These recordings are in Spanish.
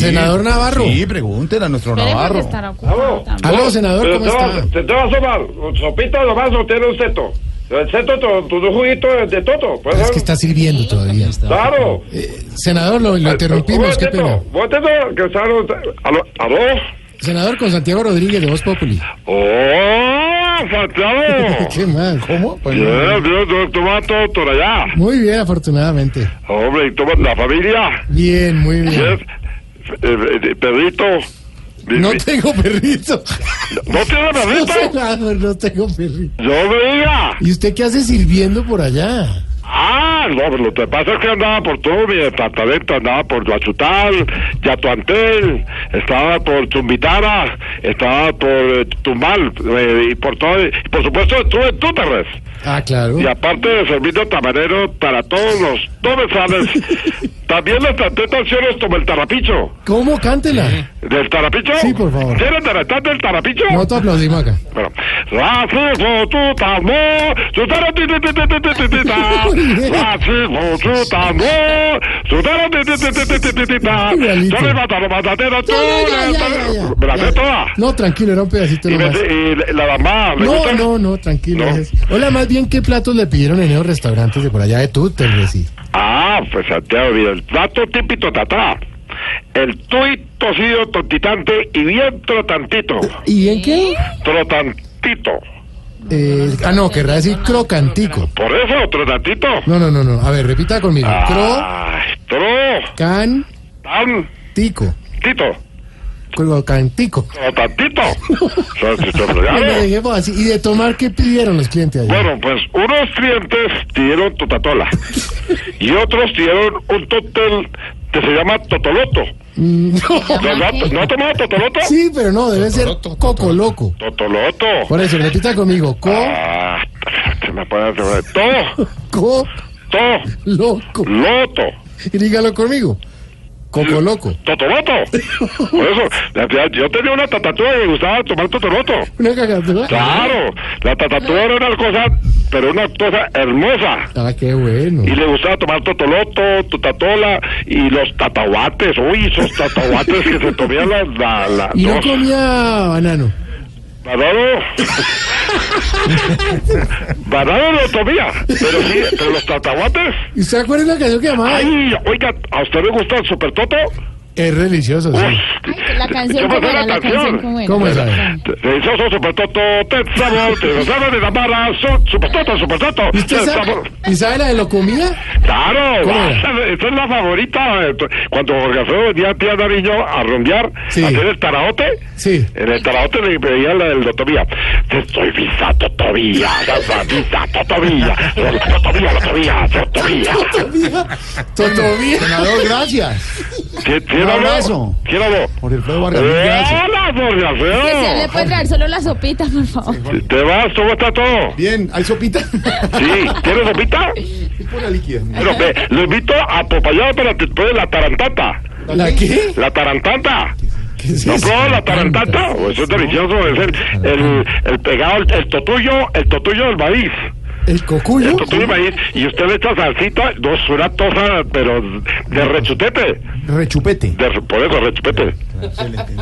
Senador Navarro. Sí, pregúntele a nuestro Esperemos que Navarro. estará ocupado también. Aló, senador, Pero ¿cómo te vas- está? Te, te vas a tomar sopita nomás no tiene un seto. El seto, tu, tu, tu juguito de, de toto. Pues, Es que está sirviendo todavía. Claro. Eh, senador, lo, lo interrumpimos, qué pena. Vótelo, que está... ¿Aló? ¿Aló? Senador, con Santiago Rodríguez de Voz Populi. ¡Oh, Santiago! ¿Qué más? ¿Cómo? Pues, Bien, bien, yo toma todo por allá. Muy bien, afortunadamente. Hombre, y toma la familia. Bien, muy bien. Yes. Eh, eh, perrito. Mi- No mi- tengo perrito. ¿No tiene No, perrito? senador, no tengo perrito. Yo me diga. ¿Y usted qué hace sirviendo por allá? Ah, no, pero lo que pasa es que andaba por todo mi departamento, andaba por Guachutal, Yatuantel, estaba por Chumbitara, estaba por eh, Tumal, eh, y por todo, y por supuesto estuve en Túperes. Ah, claro. Y aparte de servir de tamarero para todos los domesales, también les planté canciones como el tarapicho. ¿Cómo? Cántela. ¿Del tarapicho? Sí, por favor. ¿Quieren taratar del tarapicho? Nosotros aplaudimos acá. Bueno, racismo, tu tambor, su tara, ti, ti, ti, ti, ti, ti, ti, ti, ta. Racismo, su tambor, su tara, ti, ti, ti, ti, ti, ti, ti, ti, ta. Igualito. Yo le mataron, matatero, tú, No, ya, le- ya, ya, ya. Me la sé Ya. toda. No, tranquilo, era un pedacito Y, me- nomás. y la- la mamá, ¿le No, gusta? no, no, tranquilo. No. es- Hola, más bien, ¿qué platos le pidieron en esos restaurantes de por allá de Twitter? Sí. Ah, pues Santiago, mira, el plato típico tatá. El tuy tocido totitante y bien trotantito. ¿Y en qué? Trotantito. Eh, ah, no, querrá decir crocantico. Por eso, trotantito. No, no, no, no. A ver, repita conmigo. Ay, tro, Crocantico. tan, tito. Crocantico. O Eh, tantito. Son chichos Bueno, reales. dejemos así. ¿Y de tomar qué pidieron los clientes allá? Bueno, pues unos clientes pidieron totatola y otros pidieron un tóctel que se llama totoloto. ¿No, no, ha- no ha tomado totoloto? Mm. Sí, pero no, debe ser Totoloto, coco loco. Totoloto. Por eso, repita conmigo. Co, Ah, se me puede hacer. To, co, to, loco. loto. Y dígalo conmigo. Coco loco. Totoloto. Por eso, la tía- yo tenía una tatatúa y me gustaba tomar totoloto. Una cagatura. Claro, la tatatúa era una cosa, pero una cosa hermosa. Ah, qué bueno. Y le gustaba tomar totoloto, totatola y los tatahuates. Uy, esos tatahuates que se comían la... la, la Y no los- comía banano. Banano... Banano lo comía, pero sí, pero los tatahuates... ¿Y usted acuerda de la canción que llamaba? Ay, oiga, ¿a usted le gusta el supertoto? Es religioso, sí. Uy, La canción yo me como sé era, la la canción como canción. era. ¿Cómo es? A ver. Delicioso supertoto, te sabor, te sabor de la barra, so- supertoto, supertoto, ¿Usted te sabe, sabor. ¿Y sabe la de lo comía? Claro, ¿Cómo era? esa esa es la favorita. eh, Cuando Jorge Alfredo venía a Tía Nariño a rondear, Sí. a hacer el taraote, Sí. en el taraote le pedía la del Totovía. Te estoy visa, Totovía, gasa, visa, Totovía, Totovía, Totovía, Totovía. Totovía. Senador, gracias. ¿Qui- Un ¿Quién habló? abrazo. ¿Quién habló? Por el fuego Vargas. Eh. Mil gracias. ¡Hola, Jorge Que si él le Alfredo! puede traer solo la sopita, por favor. ¿Te vas? ¿Cómo está todo? Bien, ¿hay sopita? Sí, ¿quieres sopita? Es pura líquida. Bueno, ve, lo invito a Popayán para después de la tarantata. ¿La qué? La tarantata. ¿Qué es ¿No eso? probó la tarantata? Oh, Eso es delicioso, es el, el, el pegado, el, el totuyo, el totuyo del maíz. ¿El cocuyo? El totuyo del maíz. Y usted le echa salsita, no, es una tosa, pero de rechupete. Rechupete. De, por eso, rechupete.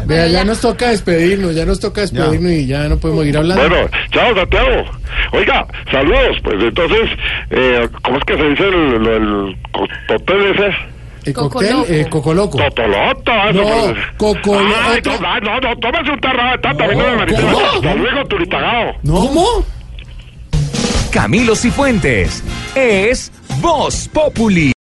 Vea, ya nos toca despedirnos, ya nos toca despedirnos y ya no podemos ir hablando. Bueno, chao, Santiago. Oiga, saludos. Pues entonces, eh, ¿cómo es que se dice el, lo- el co- cóctel ese? el cóctel, Cocoloco. eh, cocoloco. Totoloto, eso. No, cocolo- Ay, otro- no, ay, no, no, tómese un tarro, ah, tanta, no, de maricela. ¿cómo? Hasta luego, turistagao. ¿Cómo? Camilo Cifuentes es Voz Populi.